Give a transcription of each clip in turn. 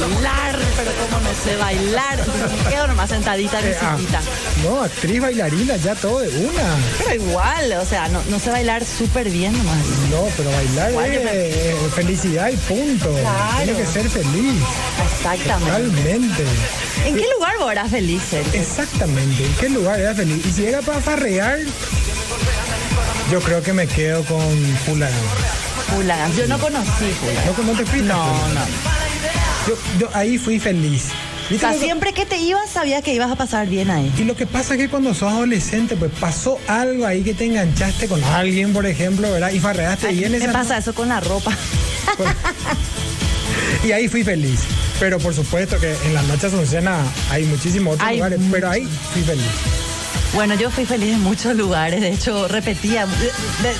bailar, pero cómo no sé bailar. Y me quedo nomás sentadita en mi Eh, ah, sillita. no, actriz, bailarina, ya todo de una. Pero igual, o sea, no, no sé bailar súper bien nomás. No, pero bailar Igual yo es felicidad y punto. Claro. Tiene que ser feliz, Exactamente. totalmente. ¿En qué lugar vos eras feliz, eh, Sergio? Exactamente, ¿en qué lugar era feliz? Y si era para farrear, yo creo que me quedo con Fulano. Hulagan. Yo no conocí Hulagan. No, no te fuiste, No, Fulano. no. Yo, yo ahí fui feliz. O ¿Viste sea, lo que- siempre que te ibas sabías que ibas a pasar bien ahí. Y lo que pasa es que cuando sos adolescente, pues pasó algo ahí que te enganchaste con alguien, por ejemplo, ¿verdad? Y farreaste Ay, bien me esa pasa eso con la ropa. Y ahí fui feliz. Pero por supuesto que en las noches Azucena hay muchísimos otros Hay lugares, pero ahí fui feliz. Bueno, yo fui feliz en muchos lugares, de hecho repetía, de- de-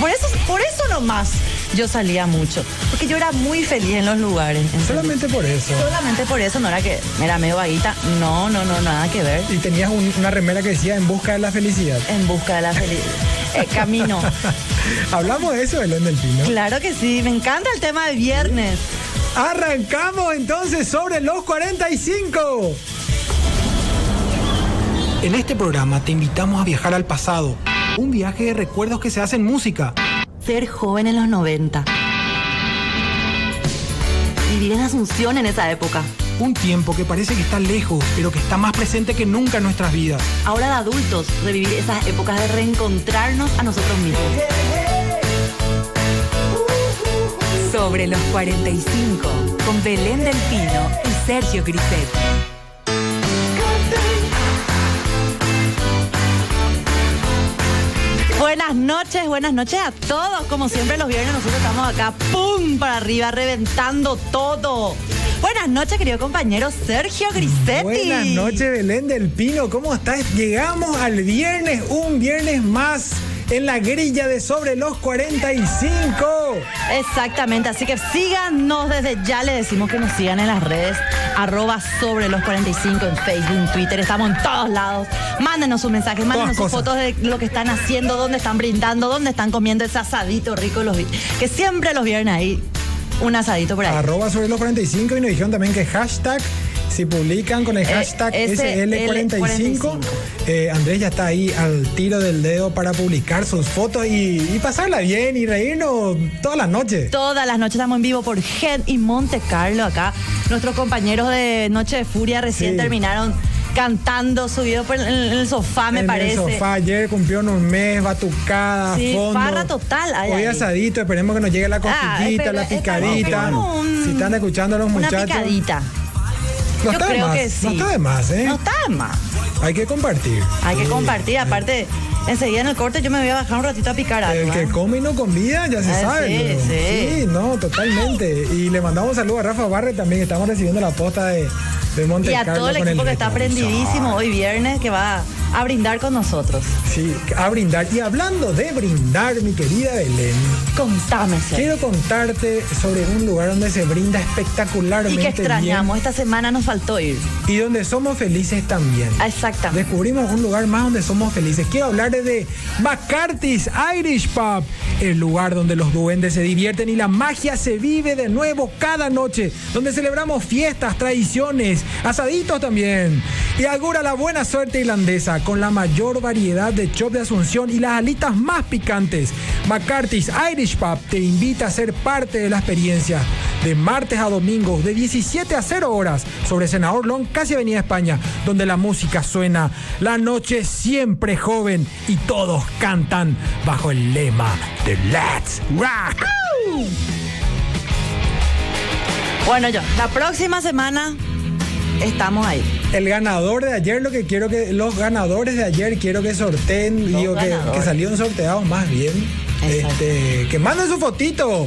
por eso, por eso nomás yo salía mucho, porque yo era muy feliz en los lugares. en serio. Solamente por eso. Solamente por eso, no era que era medio vaguita, no, no, no, nada que ver. Y tenías un- una remera que decía en busca de la felicidad. En busca de la felicidad. camino. Hablamos de eso, Belén del Pino. Claro que sí, me encanta el tema de viernes. Arrancamos entonces sobre los 45. En este programa te invitamos a viajar al pasado. Un viaje de recuerdos que se hace en música. Ser joven en los 90. Vivir en Asunción en esa época. Un tiempo que parece que está lejos, pero que está más presente que nunca en nuestras vidas. Ahora de adultos, revivir esas épocas de reencontrarnos a nosotros mismos. Sobre los 45, con Belén Del Pino y Sergio Griset. Buenas noches, buenas noches a todos. Como siempre los viernes nosotros estamos acá, ¡pum! para arriba, reventando todo. Buenas noches, querido compañero Sergio Grisetti. Buenas noches, Belén del Pino. ¿Cómo estás? Llegamos al viernes, un viernes más en la grilla de sobre los 45. Exactamente, así que síganos desde ya, le decimos que nos sigan en las redes, arroba sobre los 45 en Facebook, en Twitter, estamos en todos lados. Mándenos sus mensajes, mándenos sus Todas fotos cosas. de lo que están haciendo, dónde están brindando, dónde están comiendo ese asadito rico, los vi- que siempre los viernes ahí, un asadito por ahí. Arroba sobre los 45 y nos dijeron también que hashtag, si publican con el Eh, hashtag SL45, SL45, eh, Andrés ya está ahí al tiro del dedo para publicar sus fotos y, y pasarla bien y reírnos todas las noches. Todas las noches estamos en vivo por Head y Monte Carlo acá. Nuestros compañeros de Noche de Furia recién Sí. terminaron cantando, subido por el, en el sofá, Ah, me en parece. el sofá, ayer cumplieron un mes, batucada, Sí, fondo. farra total hay Hoy ahí. asadito, esperemos que nos llegue la Ah, costillita, espera- la esperamos- picadita. esperamos un- si están escuchando a los Una muchachos. picadita. No Yo está de creo más, que sí. no está de más, ¿eh? No está más. Hay que compartir. Hay que compartir. Aparte, enseguida en el corte yo me voy a bajar un ratito a picar algo. El que ¿eh? come y no convida, ya se Ah, sabe. sí, pero- sí. no, totalmente. Y le mandamos un saludo a Rafa Barre también, que estamos recibiendo la posta de, de Monte Y a Carlo todo el con equipo que está retrovisor. prendidísimo hoy viernes que va a brindar con nosotros. Sí, a brindar. Y hablando de brindar, mi querida Belén, Contame, Sergio. quiero contarte sobre un lugar donde se brinda Y espectacularmente que bien extrañamos, esta semana nos faltó ir. y donde somos felices también. Ah, Exactamente. Descubrimos un lugar más donde somos felices. Quiero hablar de McCarthy's Irish Pub, el lugar donde los duendes se divierten y la magia se vive de nuevo cada noche, donde celebramos fiestas, tradiciones, asaditos también. Y augura la buena suerte irlandesa con la mayor variedad de chop de Asunción y las alitas más picantes. McCarthy's Irish Pub te invita a ser parte de la experiencia. De martes a domingos, de 17 a 0 horas, sobre Senador Long, casi Avenida España, donde la música suena, la noche siempre joven y todos cantan bajo el lema de Let's Rock. Bueno, yo, la próxima semana estamos ahí. El ganador de ayer, lo que quiero que los ganadores de ayer quiero que sorteen, Los digo que, ganadores. que salieron sorteados más bien. Exacto. Este, que manden su fotito,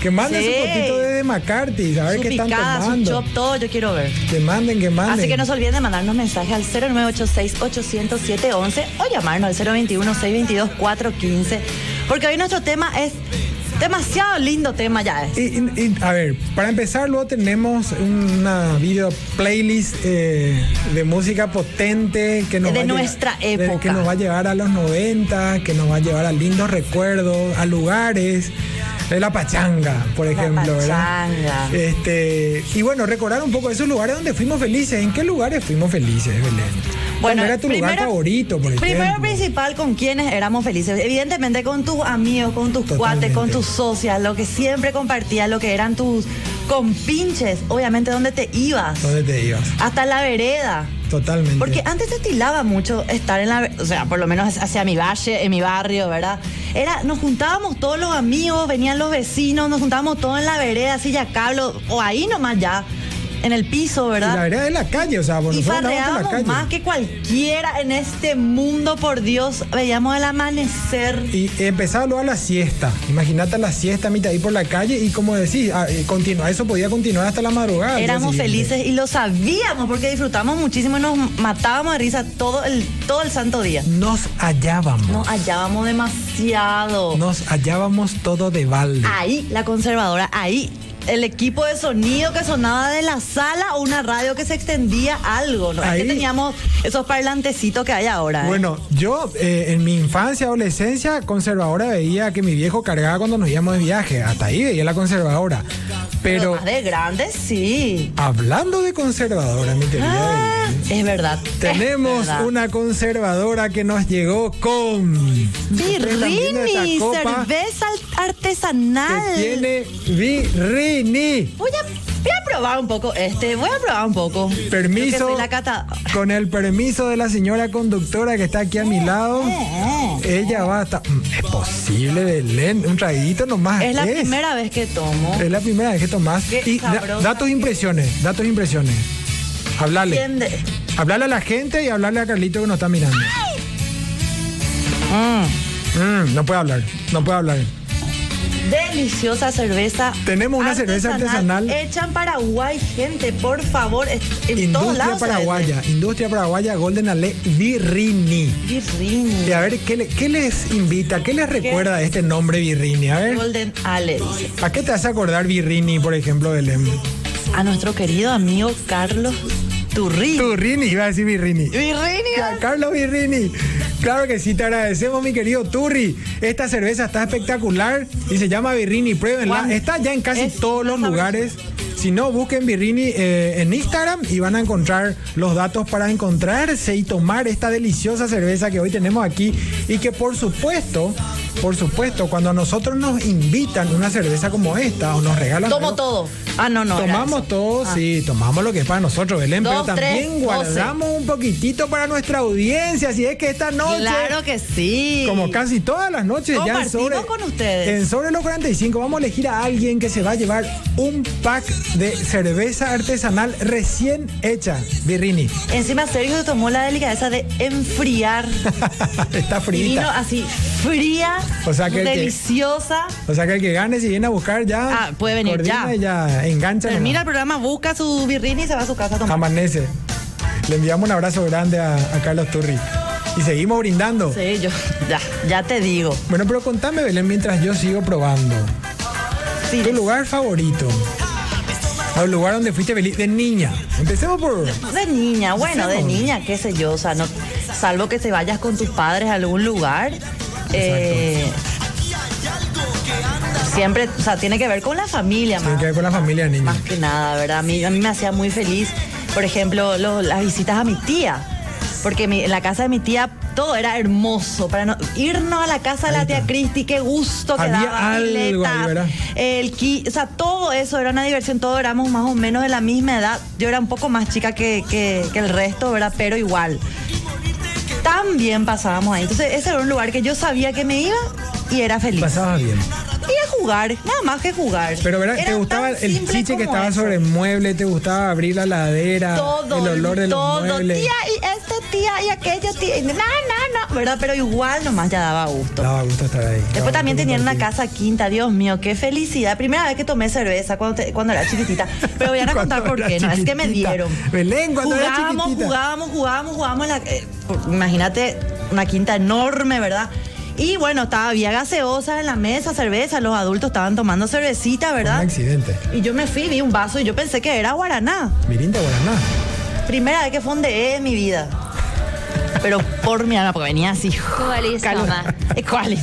que manden Sí. su fotito desde McCarthy, a ver su qué están picada, su tomando. chop, todo yo quiero ver. Que manden, que manden. Así que no se olviden de mandarnos mensaje al 0986-800-711 o llamarnos al 021-622-415. Porque hoy nuestro tema es demasiado lindo tema ya es. Y, y- y, a ver, para empezar, luego tenemos una video playlist eh, de música potente que nos De va a llevar- nuestra de- época. que nos va a llevar a los 90, que nos va a llevar a lindos recuerdos, a lugares, de la pachanga, por ejemplo, ¿verdad? pachanga. Este, y bueno, recordar un poco esos lugares donde fuimos felices. ¿En qué lugares fuimos felices, Belén? ¿Cuál Bueno, era tu lugar primero- favorito, por ejemplo? Primero principal, con quienes éramos felices. Evidentemente con tus amigos, con tus cuates, Totalmente. con tus socias, lo que siempre compartías, lo que eran tus compinches, obviamente donde te ibas, ¿Dónde te ibas? hasta la vereda. Totalmente. Porque ah, antes te estilaba mucho estar en la, ve- o sea, por lo menos hacia mi valle, en mi barrio, ¿verdad? Era, nos juntábamos todos los amigos, venían los vecinos, nos juntábamos todos en la vereda, así ya cablo, o ahí nomás ya, en el piso, Y la ¿verdad? verdad es la calle, o sea, bueno, Y nosotros andábamos por la farreábamos calle. más que cualquiera en este mundo, por Dios. Veíamos el amanecer. Y empezaba luego a la siesta. Imagínate a la siesta, mitad ahí por la calle y como decís, a- eh, continua- eso podía continuar hasta la madrugada. al día Éramos siguiente. felices y lo sabíamos porque disfrutamos muchísimo y nos matábamos de risa todo el, todo el santo día. Nos hallábamos. Nos hallábamos demasiado. Nos hallábamos todo de balde. Ahí, la conservadora, ahí. El equipo de sonido que sonaba de la sala o una radio que se extendía algo. No es Ahí. que teníamos esos parlantecitos que hay ahora. ¿eh? Bueno, yo eh, en mi infancia, adolescencia, conservadora veía que mi viejo cargaba cuando nos íbamos de viaje. Hasta ahí veía la conservadora. Pero, más de grandes, sí. hablando de conservadora, mi querida Ah, Belén, es verdad. es tenemos verdad. una conservadora que nos llegó con. Ustedes están viendo esta Birrini, copa cerveza al- artesanal. Que tiene Birrini. Voy a, voy a probar un poco este, voy a probar un poco. Yo que Permiso. soy la cata. Con el permiso de la señora conductora que está aquí a mi lado. eh, Ella va hasta. Mm, Es posible, Belén. Un traguito nomás. Es la primera vez que tomo. Es la primera vez que tomás. Qué Y da- sabrosa datos que- impresiones. Datos impresiones. Hablale. Entiende. Hablarle a la gente y hablarle a Carlito que nos está mirando. Mm, no puede hablar. No puede hablar. Deliciosa cerveza. Tenemos una cerveza artesanal. Hecha en Paraguay, gente, por favor. es- En todos Industria lados. se paraguaya. Industria paraguaya Golden Ale Birrini. vende. Birrini. Y a ver, ¿qué, le- qué les invita? ¿Qué les recuerda este nombre Birrini? A ver, Golden Ale, dice. ¿a qué te hace acordar Birrini, por ejemplo, Belén? A nuestro querido amigo Carlos Turri. Turrini, iba a decir Birrini. Birrini. Ya, Carlos Birrini. Claro que sí, te agradecemos, mi querido Turri. Esta cerveza está espectacular y se llama Birrini. Pruébenla. Juan, está ya en casi es todos los una lugares. Si no, busquen Birrini eh, en Instagram y van a encontrar los datos para encontrarse y tomar esta deliciosa cerveza que hoy tenemos aquí y que por supuesto, por supuesto, cuando a nosotros nos invitan una cerveza como esta o nos regalan... Tomo algo, todo. Ah, no, no. era Tomamos eso. todo, Ah. sí, tomamos lo que es para nosotros, Belén, Dos, pero tres, también guardamos un poquitito para nuestra audiencia, así es que esta noche, Claro que sí. como casi todas las noches, ya en Compartimos sobre, con ustedes. en sobre los 45 vamos a elegir a alguien que se va a llevar un pack de cerveza artesanal recién hecha, Birrini. Encima Sergio se tomó la delicadeza de enfriar Está y vino frita. así fría, O sea que- deliciosa. O sea que el que gane, si viene a buscar ya, Ah, puede venir coordina ya. y ya engancha. nomás. Termina el programa, busca su birrini y se va a su casa a tomar. Amanece. Le enviamos un abrazo grande a, a Carlos Turri. Y seguimos brindando. Sí, yo, ya, ya te digo. Bueno, pero contame, Belén, mientras yo sigo probando. Sí, ¿Tu lugar favorito? ¿El lugar donde fuiste feliz de niña? Empecemos por... de niña, bueno, de niña, qué sé yo, o sea, no, salvo que te vayas con tus padres a algún lugar. eh, siempre, o sea, tiene que ver con la familia, Tiene más, que ver con la familia de niña. Pues más que nada, ¿verdad? A mí, a mí me hacía muy feliz, por ejemplo, lo- las visitas a mi tía. Porque mi- en la casa de mi tía todo era hermoso. Para no- irnos a la casa de la tía Cristi, qué gusto que Había daba. algo ahí, ¿verdad? el qui- o sea, todo eso era una diversión. Todos éramos más o menos de la misma edad. Yo era un poco más chica que, que- que el resto, ¿verdad? Pero igual. Tan bien pasábamos ahí. Entonces, ese era un lugar que yo sabía que me iba y era feliz. Pasaba bien. Y a jugar, nada más que jugar. Pero, ¿verdad? Era ¿Te gustaba tan el simple chiche que como estaba eso. sobre el mueble? ¿Te gustaba abrir la ladera? Todo, el olor de los todo. muebles. Tía y este tía y aquella tía. y No, no, no. ¿Verdad? Pero igual nomás ya daba gusto. Daba gusto estar ahí. Después también tenían tenían una casa quinta, Dios mío, qué felicidad. Primera vez que tomé cerveza cuando, te- cuando era chiquitita. Pero voy a Cuando contar por era qué, no, es que me chiquitita. dieron. Belén, cuando era jugábamos, chiquitita. jugábamos, jugábamos, jugábamos, en la- eh, por- imagínate una quinta enorme, ¿verdad? Y bueno, estaba, había gaseosas en la mesa, cerveza, los adultos estaban tomando cervecita, Un ¿verdad? accidente. Y yo me fui, vi un vaso y yo pensé que era guaraná. Mirinda Guaraná. Primera vez que fondeé E en mi vida. Pero por mi alma, porque venía así. ¿Cuál es, calor. mamá? ¿Cuál es?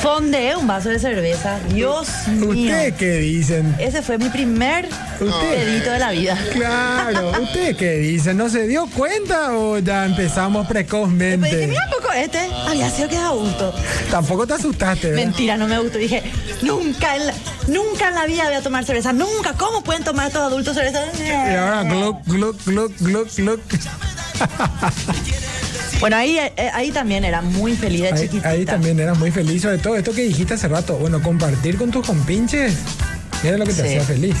fondeé un vaso de cerveza. Dios mío. ¿Ustedes qué dicen? Ese fue mi primer Usted. pedito de la vida. Claro, ¿ustedes qué dicen? ¿No se dio cuenta o ya empezamos Después dije, precozmente? mira un poco este, había sido que da gusto. Eh. Tampoco te asustaste, ¿verdad? Mentira, no me gustó. Dije, nunca en la, nunca en la vida voy a tomar cerveza. Nunca. ¿Cómo pueden tomar estos adultos cerveza? Y Eh, ahora gluck, gluck, gluck, gluck, gluck. Bueno, ahí, eh, ahí también era muy feliz de Ahí, chiquitita. ahí también eras muy feliz, sobre todo esto que dijiste hace rato. Bueno, compartir con tus compinches era lo que te Sí. hacía feliz.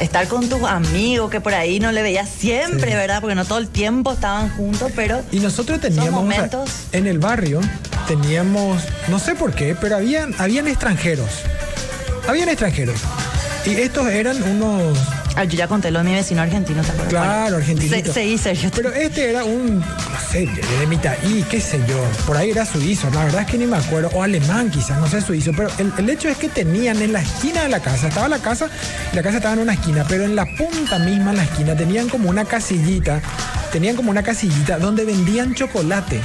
Estar con tus amigos que por ahí no le veías siempre, Sí. ¿verdad? Porque no todo el tiempo estaban juntos, pero Y nosotros teníamos, o sea, momentos. en el barrio, teníamos, no sé por qué, pero habían, habían extranjeros. Habían extranjeros. Y estos eran unos... Ah, yo ya conté lo de mi vecino argentino, ¿te acuerdas? Claro, Bueno, argentinitos. se- Seguí, Sergio. Pero este era un, no sé, de, de mitad y qué sé yo. Por ahí era suizo, la verdad es que ni me acuerdo. O alemán quizás, no sé suizo. Pero el, el hecho es que tenían en la esquina de la casa, estaba la casa, y la casa estaba en una esquina, pero en la punta misma, en la esquina, tenían como una casillita, tenían como una casillita donde vendían chocolate.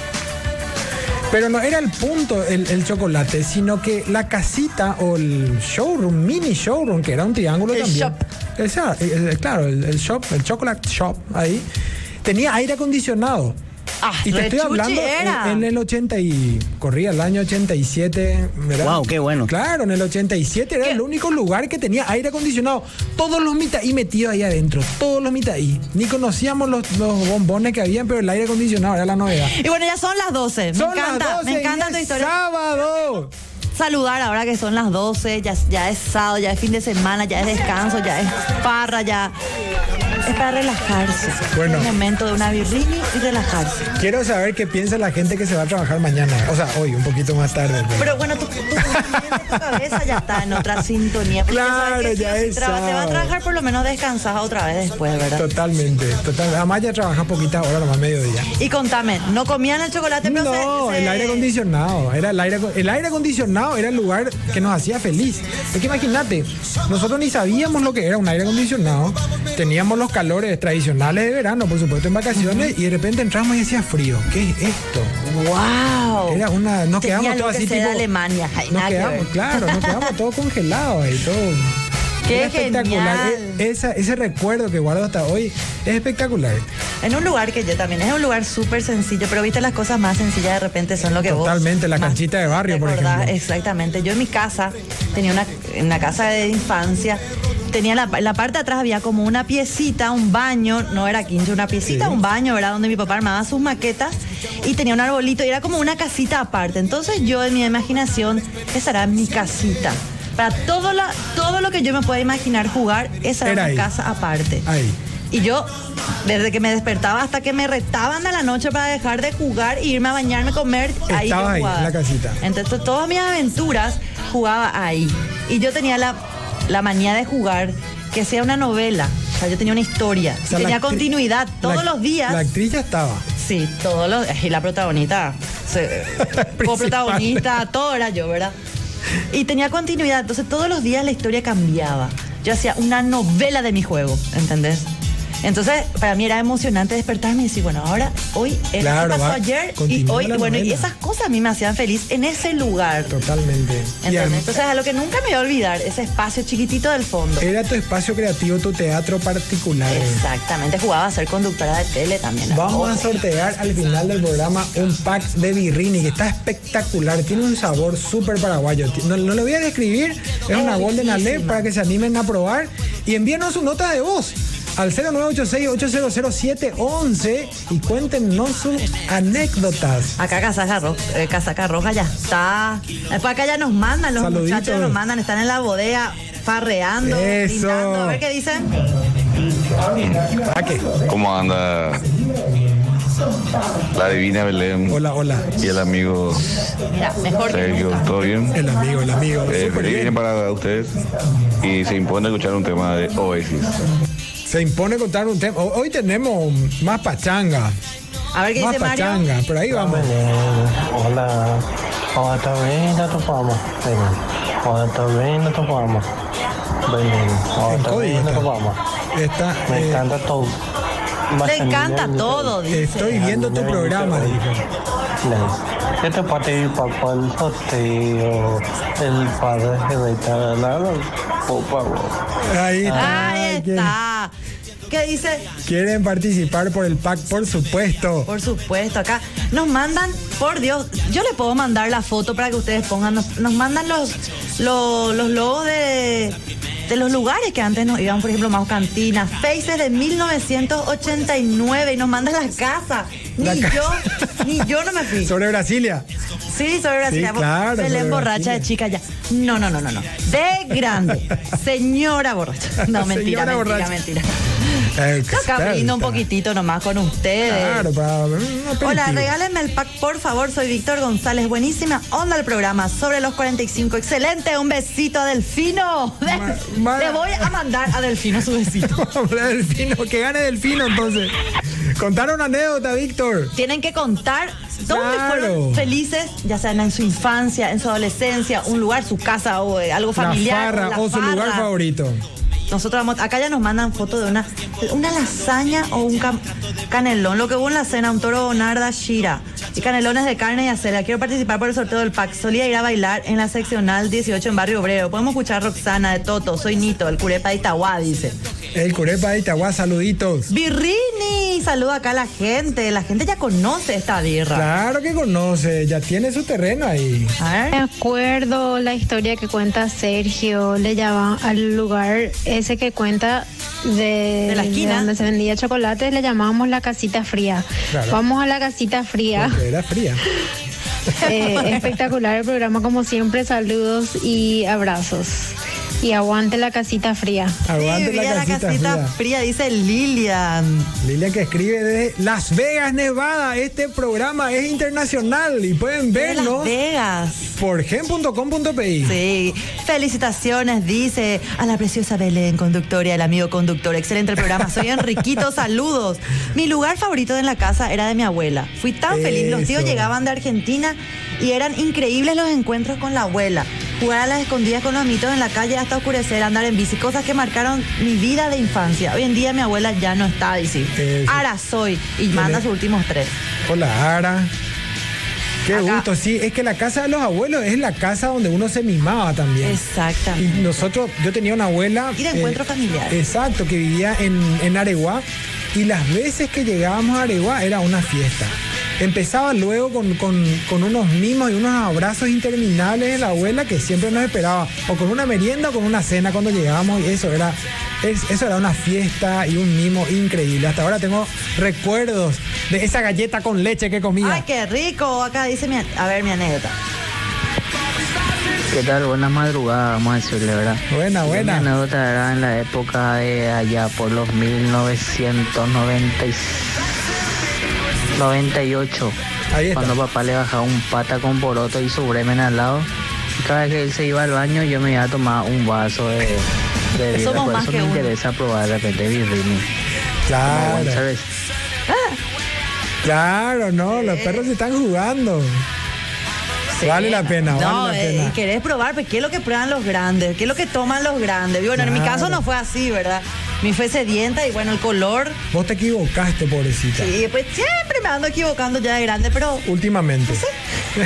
Pero no era el punto el, el chocolate, sino que la casita o el showroom, mini showroom, que era un triángulo El también. shop. Esa- el- el- claro, el, el shop, el chocolate shop ahí, tenía aire acondicionado. Ah, y te re estoy chuchi hablando en- era. en, el 80 y corría el año 87, ¿verdad? Guau, qué bueno. Claro, en el 87 era ¿Qué? el único lugar que tenía aire acondicionado. Todos los mitaí metidos ahí adentro, todos los mitaí. Ni conocíamos los, los bombones que habían, pero el aire acondicionado era la novedad. Y bueno, ya son las 12. Me Son las encanta, 12 me y encanta es tu historia. Sábado. Saludar ahora que son las 12, ya, ya es sábado, ya es fin de semana, ya es descanso, ya es parra, ya es para relajarse. Bueno. Es el momento de una birrini y relajarse. Quiero saber qué piensa la gente que se va a trabajar mañana. O sea, hoy, un poquito más tarde. pues. pero- Pero bueno, tu, tu- tu cabeza ya está en otra sintonía. porque Claro, sabes que ya si es traba- Te va a sábado. trabajar por lo menos descansada otra vez después, ¿verdad? Totalmente, totalmente. Además ya trabaja poquitas horas, nomás mediodía. Y contame, ¿no comían el chocolate? pero No, se- se- el aire acondicionado. Era el aire, acon- el aire acondicionado era el lugar que nos hacía feliz. Es que imagínate, nosotros ni sabíamos lo que era un aire acondicionado. Teníamos los calores tradicionales de verano, por supuesto, en vacaciones, y de repente entramos y hacía frío. ¿Qué es esto? ¡Wow! Era una, nos Tenía quedamos lo todos que así se da tipo, Alemania, ay, nos nada que quedamos, ver. claro, nos quedamos todos congelados ahí, todo. Qué Era espectacular. genial. E- esa- ese recuerdo que guardo hasta hoy es espectacular. En un lugar que yo también, es un lugar súper sencillo, pero viste las cosas más sencillas de repente son lo que vos Totalmente, la más canchita de barrio, por recordás. ejemplo. Exactamente, yo en mi casa tenía una, en la casa de infancia, tenía la, en la parte de atrás había como una piecita, un baño, no era quincho, una piecita, Sí. un baño, ¿verdad? Donde mi papá armaba sus maquetas y tenía un arbolito y era como una casita aparte. Entonces yo en mi imaginación, esa era mi casita. Para todo, la, todo lo que yo me pueda imaginar jugar, esa Era era, ahí. mi casa aparte. Ahí. Y yo, desde que me despertaba hasta que me retaban a la noche para dejar de jugar e irme a bañarme, comer, ahí yo Estaba ahí, jugaba. en la casita. Entonces, todas mis aventuras jugaba ahí. Y yo tenía la, la manía de jugar que sea una novela. O sea, yo tenía una historia. O sea, la tenía actri- continuidad todos la- los días. La actriz ya estaba. Sí, todos los. Y la protagonista. se- eh, Principal. coprotagonista, todo era yo, ¿verdad? Y tenía continuidad. Entonces todos los días la historia cambiaba. Yo hacía una novela de mi juego, ¿entendés? Entonces, para mí era emocionante despertarme y decir, bueno, ahora, hoy, esto Claro, pasó va, ayer, y continúa hoy, la bueno, y novela. esas cosas a mí me hacían feliz en ese lugar. Totalmente. Y ¿entendés? además- Entonces, a lo que nunca me voy a olvidar, ese espacio chiquitito del fondo. Era tu espacio creativo, tu teatro particular. Exactamente, jugaba a ser conductora de tele también. era Vamos a otra. sortear al final del programa un pack de birrini que está espectacular, tiene un sabor súper paraguayo. Ti- No, no lo voy a describir, es una Golden Ale riquísima. para que se animen a probar y envíenos su nota de voz al 0986-800711 y cuéntenos sus anécdotas. Acá Casaca, Ro- eh, Casaca Roja ya está. Después acá ya nos mandan, los Saluditos. muchachos nos mandan, están en la bodega farreando, Eso. brindando. A ver qué dicen. ¿A qué? ¿Cómo anda la divina Belén Hola, hola. y el amigo Mira, mejor que Sergio? nunca. ¿Todo bien? El amigo, el amigo. Eh, súper feliz bien. día para ustedes y se impone escuchar un tema de Oasis. Se impone contar un tema. Ho- Hoy tenemos más pachanga. A ver qué Más dice Mario. pachanga, pero ahí vamos. Hola, hola, está bien, está tu fama. Venga, hola, está bien, está tu fama. Venga, hola, En está código bien, está tu fama. está. Está, Me eh, encanta todo. Le Barcelona, encanta todo, dice. Estoy viendo tu programa, dijo. Nice. Este partido papá el sorteo, el padre que le está ganando, por favor. Ahí está. Ahí que- está. ¿Qué dice? Quieren participar por el pack, por supuesto. Por supuesto, acá nos mandan, por Dios, yo le puedo mandar la foto para que ustedes pongan, nos, nos mandan los, los, los logos de, de los lugares que antes nos iban, por ejemplo, Maus Cantina, Faces de 1989 y nos mandan las casas. Ni La casa. yo, ni yo no me fui. Sobre Brasilia. Sí, sobre Brasilia. Sí, claro, Belén sobre borracha Brasilia. de chica ya. No, no, no, no, no. De grande. Señora borracha. No, mentira, Señora mentira, borracha. mentira. Eh, Acá claro, brindo un está. poquitito nomás con ustedes. Claro, para un aperitivo. Hola, regálenme el pack, por favor. Soy Víctor González. Buenísima onda el programa. Sobre los 45. Excelente. Un besito a Delfino. ma- Le voy a mandar a Delfino su besito. Hombre, Delfino, que gane Delfino entonces. Contar una anécdota, Víctor. Tienen que contar dónde Claro. fueron felices, ya sean en su infancia, en su adolescencia, un lugar, su casa o eh, algo familiar. la farra o su farra. lugar favorito. Nosotros vamos, acá ya nos mandan fotos de una, una lasaña o un cam- canelón, lo que hubo en la cena, un toro narda shira y canelones de carne y acera. Quiero participar por el sorteo del pack. Solía ir a bailar en la seccional 18 en Barrio Obrero. Podemos escuchar Roxana de Toto, soy Nito, el curepa de Itaguá, dice. El Curepa de Itagua, saluditos. Birrini, saluda acá a la gente. La gente ya conoce esta birra. Claro que conoce, ya tiene su terreno ahí. A Me ver. acuerdo la historia que cuenta Sergio, le llama al lugar ese que cuenta de, De la esquina. donde se vendía chocolate, le llamábamos la casita fría. Claro. Vamos a la casita fría. porque Era fría. Eh, espectacular el programa como siempre, saludos y abrazos. Y aguante la casita fría. Aguante Sí, vivía la casita, fría. fría, dice Lilian. Lilia que escribe desde Las Vegas, Nevada. Este programa es internacional y pueden De Las vernos Vegas. por gen.com.pi. Sí, felicitaciones, dice a la preciosa Belén, conductora y al amigo conductor. Excelente el programa, soy Enriquito, saludos. Mi lugar favorito en la casa era de mi abuela. Fui tan feliz, los tíos Eso. llegaban de Argentina y eran increíbles los encuentros con la abuela. Jugar a las escondidas con los mitos en la calle hasta oscurecer, andar en bici, cosas que marcaron mi vida de infancia. Hoy en día mi abuela ya no está, dice. Eso. Ahora soy y manda sus últimos tres. Hola, Ara. Qué Acá. gusto, sí. Es que la casa de los abuelos es la casa donde uno se mimaba también. Y Exactamente. nosotros, yo tenía una abuela. eh, Ir a encuentros familiares. Exacto, que vivía en, en Areguá. Y las veces que llegábamos a Areguá era una fiesta. Empezaba luego con, con- con unos mimos y unos abrazos interminables de la abuela que siempre nos esperaba. O con una merienda o con una cena cuando llegábamos. Y eso era, es- eso era una fiesta y un mimo increíble. Hasta ahora tengo recuerdos de esa galleta con leche que comía. Ay, qué rico. Acá dice mi, a ver mi anécdota. ¿Qué tal? Buenas madrugadas, vamos a decirle, ¿verdad? Buena, Yo buena. Mi anécdota era en la época de allá por los 1998. Ahí está. Cuando papá le bajaba un pata con poroto y su bremen al lado. Y cada vez que él se iba al baño, yo me iba a tomar un vaso de, de birra. Somos por más eso que me uno. interesa probar de repente birrini. Como buen Claro, cerveza. claro, no, los perros se están jugando. Vale la pena, vale No, la eh, pena. querés probar, pues qué es lo que prueban los grandes, qué es lo que toman los grandes. Y Bueno, en mi Claro. caso no fue así, ¿verdad? Mi fue sedienta y bueno, el color. Vos te equivocaste, pobrecita. Y después siempre me ando equivocando ya de grande, pero Últimamente.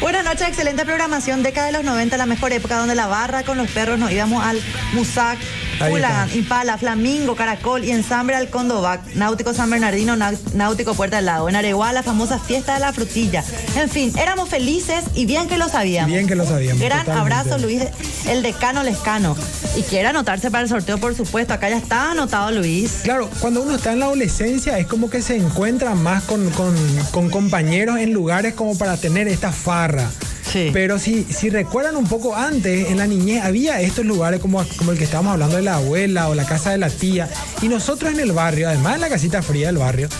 Buenas noches, excelente programación. Década de los 90, la mejor época donde la barra con los perros nos íbamos al Musac, Ahí Hulagan, está. Impala, Flamingo, Caracol y ensamble al Condovac, Náutico San Bernardino, Nau- Náutico Puerta del Lago, en Areguá, la famosa fiesta de la frutilla. En fin, éramos felices y bien que lo sabíamos. Bien que lo sabíamos, Gran totalmente. abrazo, Luis, el decano Lescano. Y quiere anotarse para el sorteo, por supuesto. Acá ya está anotado, Luis. Claro, cuando uno está en la adolescencia es como que se encuentra más con, con- con compañeros en lugares como para tener esta farra. Sí. Pero si, si recuerdan un poco antes, en la niñez había estos lugares como, como el que estábamos hablando de la abuela o la casa de la tía. Y nosotros en el barrio, además de la casita fría del barrio,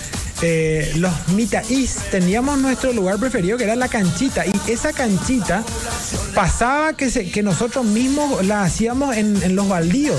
eh, los mitaís teníamos nuestro lugar preferido que era la canchita. Y esa canchita pasaba que, se- que nosotros mismos la hacíamos en, en los baldíos.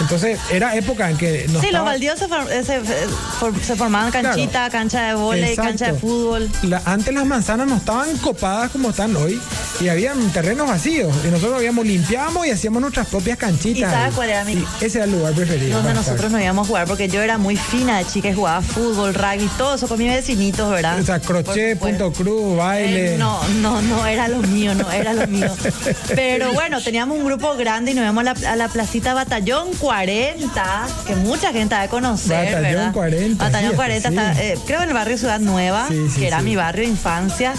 Entonces, era época en que nos sí, los baldíos se, for- eh, se- eh, for- se formaban canchita, Claro. cancha de volei, cancha de fútbol. La- antes las manzanas no estaban copadas como están hoy y habían terrenos vacíos. Y nosotros habíamos limpiamos y hacíamos nuestras propias canchitas. ¿Y sabes ahí. cuál era mi- Y ese era el lugar preferido. Donde para nosotros nos íbamos a jugar, porque yo era muy fina de chica y jugaba fútbol, rugby, todo eso con mis vecinitos, ¿verdad? estar. O sea, crochet, Por supuesto. punto cruz, baile. Eh, no, no, no era lo mío, no era lo mío. Pero bueno, teníamos un grupo grande y nos íbamos a la, a la placita Batallón 40, que mucha gente ha de conocer, Batallón ¿verdad? 40, Batallón sí, 40, sí. está, eh, creo en el barrio Ciudad Nueva, Sí, sí, que era sí. mi barrio de infancia.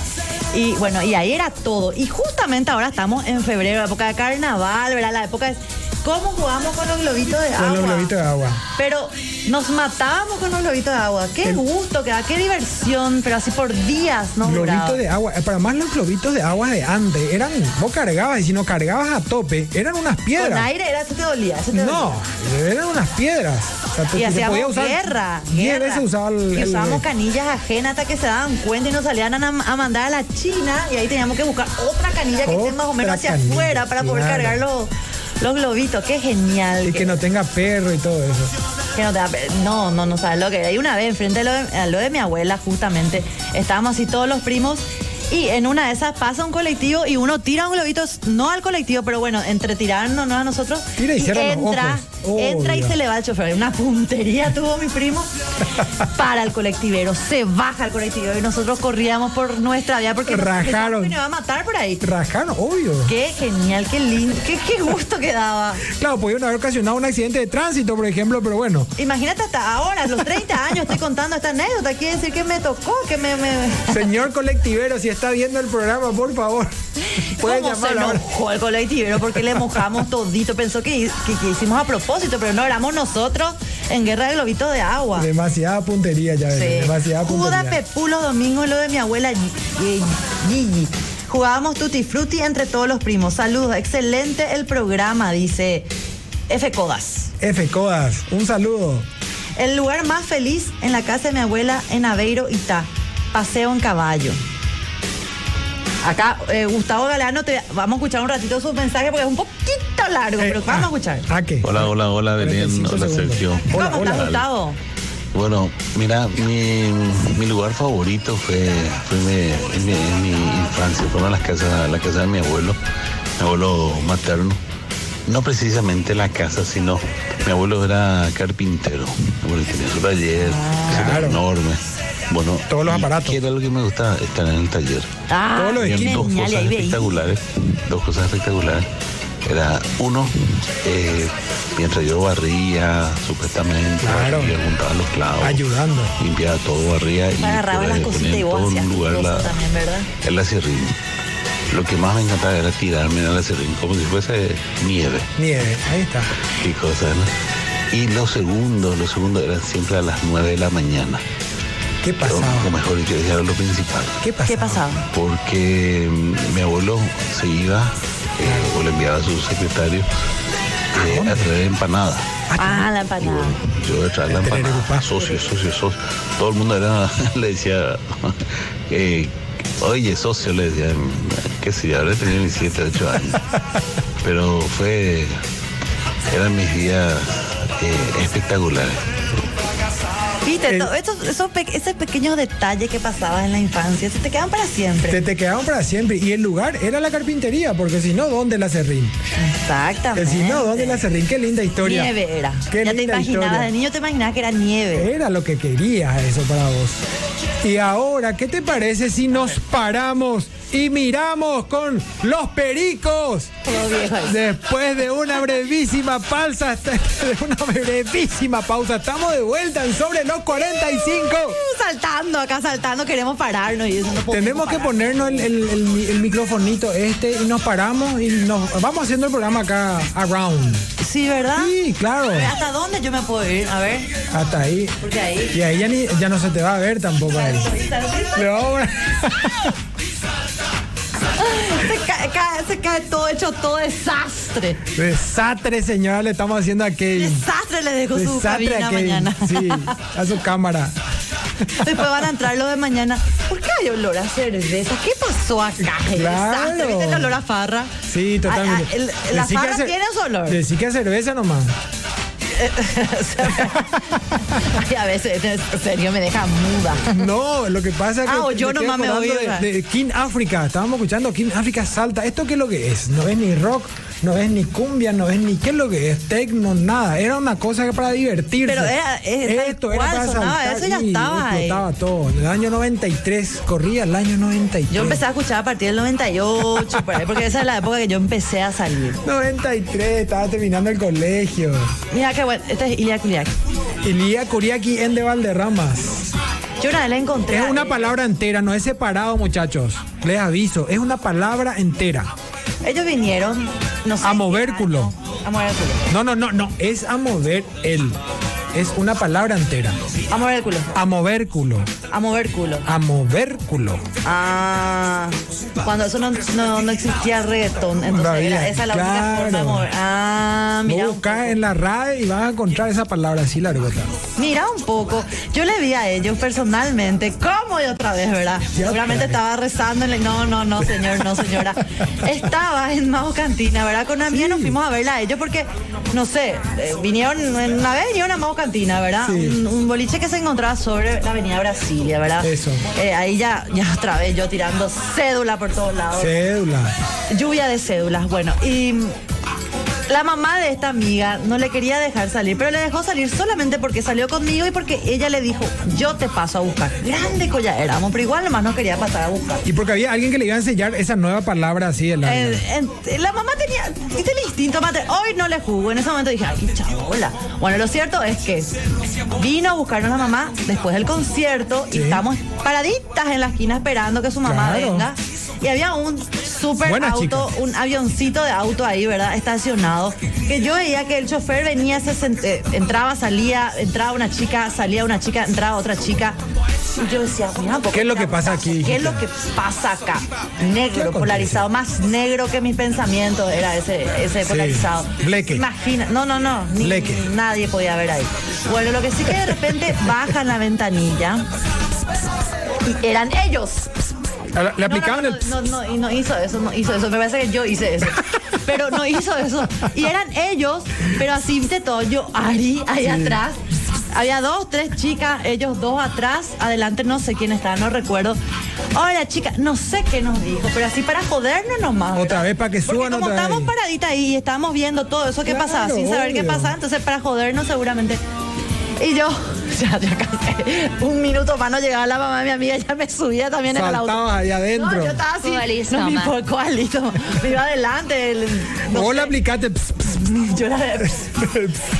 Y bueno, y ahí era todo. Y justamente ahora estamos en febrero, la época de carnaval, ¿verdad? La época es... ¿Cómo jugamos con los globitos de Con agua? los globitos de agua. Pero nos matábamos con los globitos de agua. Qué El- gusto que da, qué diversión, pero así por días, ¿no? duraba. Globitos de agua, Eh, para más los globitos de agua de antes, eran, vos cargabas y si no cargabas a tope, eran unas Con piedras. aire era, eso te dolía. eso te No, dolía. eran unas piedras. O sea, te- Y se hacíamos podía usar guerra. Diez guerra. veces usaba el, y el- usábamos canillas ajenas hasta que se daban cuenta y nos salían a, a mandar a la China. Y ahí teníamos que buscar otra canilla que esté más o menos Otra hacia canilla, afuera para poder claro. cargar los, los globitos. Qué genial. y que- que no tenga perro y todo eso. Que no, te da pe- no, no, no sabes lo que era. Y una vez, enfrente a lo, de, a lo de mi abuela, justamente, estábamos así todos los primos. Y en una de esas pasa un colectivo y uno tira un globito, no al colectivo, pero bueno, entre tirarnos a nosotros. Tira y cierra los entra, ojos. Oh, entra y Dios. se le va al chofer. Una puntería tuvo mi primo para el colectivero. Se baja el colectivero y nosotros corríamos por nuestra vía porque nosotros Rajaron. pensábamos que nos va a matar por ahí. Rajaron, obvio. Qué genial, qué lindo, qué, qué gusto que daba. Claro, pudieron haber ocasionado un accidente de tránsito, por ejemplo, pero bueno. Imagínate hasta ahora, a los 30 años estoy contando esta anécdota. Quiere decir que me tocó, que me... me... Señor colectivero, si está viendo el programa, por favor, puede ¿Cómo se llamar ahora. enojó el colectivero porque le mojamos todito. Pensó que, que- que hicimos a propósito, pero no éramos nosotros en Guerra de Globitos de Agua. Demasiada puntería, ya ves. Sí. Demasiada Judas puntería. Pepulo Domingo y lo de mi abuela Gi- eh, Gigi. Jugábamos tutti frutti entre todos los primos. Saludos, excelente el programa, dice F. Codas. F. Codas, un saludo. El lugar más feliz en la casa de mi abuela en Aveiro, Itá. Paseo en caballo. Acá, eh, Gustavo Galeano, te, vamos a escuchar un ratito su mensaje porque es un poquito largo, Eh, pero ah, vamos a escuchar. ¿A qué? Hola, hola, hola, Belén. 45 Hola, segundos. Sergio. Hola, ¿Cómo estás, hola. Gustavo? Bueno, mira, mi, mi lugar favorito fue, fue mi, en mi, en mi infancia, fueron las casas, la casa de mi abuelo, mi abuelo materno. No precisamente la casa, sino mi abuelo era carpintero. Mi abuelo tenía su taller, que era Ah, Claro. enorme. Bueno, Todos los y aparatos. que era lo que me gustaba? Estar en el taller. Ah, Todos los qué Habían equipos. dos genial, y cosas ahí veí. espectaculares. Dos cosas espectaculares. Era uno, eh, mientras yo barría, supuestamente, Claro. barría, juntaba los clavos. Ayudando. Limpiaba todo, barría y Agarraba ponía- las ponía cositas y vos todo en hacías un tus lugar cosas la, también, ¿verdad? el acerrín. Lo que más me encantaba era tirarme al acerrín, como si fuese nieve. Nieve, ahí está. Qué cosa, ¿no? Y los segundos, los segundos eran siempre a las 9 de la mañana. ¿Qué O pasaba? mejor dicho, era lo principal ¿Qué pasaba? ¿Qué pasaba? porque mm, mi abuelo se iba eh, o le enviaba a su secretario eh, a traer empanadas. Ah, la Y bueno, empanada. yo de traer la Tener empanada, ocupado. socio, socio, socio. Todo el mundo era, le decía, eh, oye, socio, le decía, qué sé yo, ahora tenía 17, 8 años. Pero fue, eran mis días eh, espectaculares. Viste, El- to- estos- esos pe- esos pequeños detalles que pasabas en la infancia, se te quedan para Te, siempre. te quedaron para siempre. Y el lugar era la carpintería, porque si no, ¿dónde el acerrín? Que Exactamente. si no, ¿dónde el acerrín? Qué linda historia. Ah, eh, Nieve era. Qué ya te linda imaginabas, historia. ¿Eh? de niño te imaginabas que era nieve. Era lo que querías eso para vos. Y ahora, ¿qué te parece si nos paramos y miramos con los pericos? Todo viejo ahí. Después de una brevísima pausa, de una brevísima pausa, estamos de vuelta en sobre los 45. saltando, acá saltando, queremos pararnos y eso no podemos Tenemos que parar. ponernos el, el- el- el microfonito este y nos paramos y nos vamos haciendo el programa acá around. Sí, ¿verdad? Sí, claro. ¿Hasta dónde yo me puedo ir? A ver, Hasta ahí. porque ahí. Y ahí ya, ni- ya no se te va a ver tampoco ahí. Le vamos a- Se cae, cae- se cae todo hecho todo desastre. Desastre, señora, le estamos haciendo a Kevin. Desastre le dejo su Desastre cabina a Kevin. mañana. Sí, a su cámara. Después van a entrar los de mañana. ¿Por qué hay olor a cerveza? ¿Qué pasó acá? El Claro. Desastre, ¿viste el olor a farra? Sí, totalmente. A- a- el- Decí la que farra hace- tiene su olor. Decí que es cerveza nomás. Ay, a veces, en serio, me deja muda. No, lo que pasa es que. Ah, o yo estoy nomás me voy, acordando ¿verdad? De, de King Africa. Estábamos escuchando King Africa Salta. ¿Esto qué es lo que es? No es ni rock, no es ni cumbia, no es ni qué es lo que es. Tecno, nada. Era una cosa que para divertirse. Pero era- es tal Esto era cual para sonaba, saltar eso ya y estaba eh. ahí. Explotaba todo. En el año 93, corría el año 93. Yo empecé a escuchar a partir del 98, por ahí, porque esa es la época que yo empecé a salir. 93, estaba terminando el colegio. Mira qué bueno, esta es Ilya Kuliak. Elía Kuriaki en de Valderramas. Yo una vez la encontré. a Es una él. palabra entera, no es separado, muchachos. Les aviso, es una palabra entera. Ellos vinieron, no sé. A mover culo. A mover el culo. No, no, no, no. Es a mover el. Es una palabra entera. A mover el culo. A mover culo. A mover culo. A mover culo. Ah, cuando eso no, no, no existía el reggaetón, entonces Todavía, era- esa es la única claro. forma de mover. Ah, Vos mira. un poco. buscás en la RAE y vas a encontrar esa palabra así largota. Mira un poco, yo le vi a ellos personalmente, ¿cómo de otra vez, verdad? Ya Seguramente otra estaba rezando, en la- no, no, no, señor, no, señora. Estaba en Majo Cantina, ¿verdad? Con una amiga nos fuimos a verla a ellos porque, no sé, eh, vinieron, una vez vinieron a Majo Cantina, ¿verdad? Sí. Un, un boliche que se encontraba sobre la avenida Brasilia, ¿verdad? Eso. Eh, ahí ya, ya otra vez yo tirando cédula por todos lados Cédula. lluvia de cédulas. Bueno, y la mamá de esta amiga no le quería dejar salir, pero le dejó salir solamente porque salió conmigo y porque ella le dijo, yo te paso a buscar. Grande colla éramos, pero igual nomás no quería pasar a buscar. Y porque había alguien que le iba a enseñar esa nueva palabra así de larga. Eh, en- la mamá tenía, viste el instinto mate. Hoy no le jugó. En ese momento dije, ay, chabola. Bueno, lo cierto es que vino a buscarnos la mamá después del concierto y Sí. estamos paraditas en la esquina esperando que su mamá Claro. venga. Y había un super Buena auto, chica. un avioncito de auto ahí, ¿verdad? Estacionado. Que yo veía que el chofer venía, se sent- eh, entraba, salía, entraba una chica, salía una chica, entraba otra chica. Y yo decía, mira, ¿por ¿Qué es lo que pasa aquí, ¿Qué es hijita? lo que pasa acá? ¿Qué Negro, acontece? polarizado más negro que mis pensamientos era ese, ese Sí, polarizado. bleque. Imagina, no, no, no, ni- Bleque. nadie podía ver ahí. Bueno, lo que sí que de repente bajan la ventanilla y eran ellos. Le- Le No, no, aplicaban no, el. no, no, y no hizo eso, no hizo eso. Me parece que yo hice eso. Pero no hizo eso. Y eran ellos, pero así de todo. Yo, Ari, ahí atrás. Había dos, tres chicas, ellos dos atrás, adelante, no sé quién estaba, no recuerdo. Hola, chica, no sé qué nos dijo, pero así para jodernos nomás. Otra ¿verdad? vez para que Porque suban como otra vez. estábamos paraditas ahí y estábamos viendo todo eso que Claro, pasaba, sin saber qué obvio. pasaba, entonces para jodernos seguramente. Y yo, ya, ya casi, un minuto más no llegaba la mamá de mi amiga, ya me subía también en el auto. Saltabas ahí adentro. No, yo estaba así. Coalizo, no, mi ma. por coalizo. Me iba adelante. el- no o le sé. aplicaste. ps, ps, Yo era de-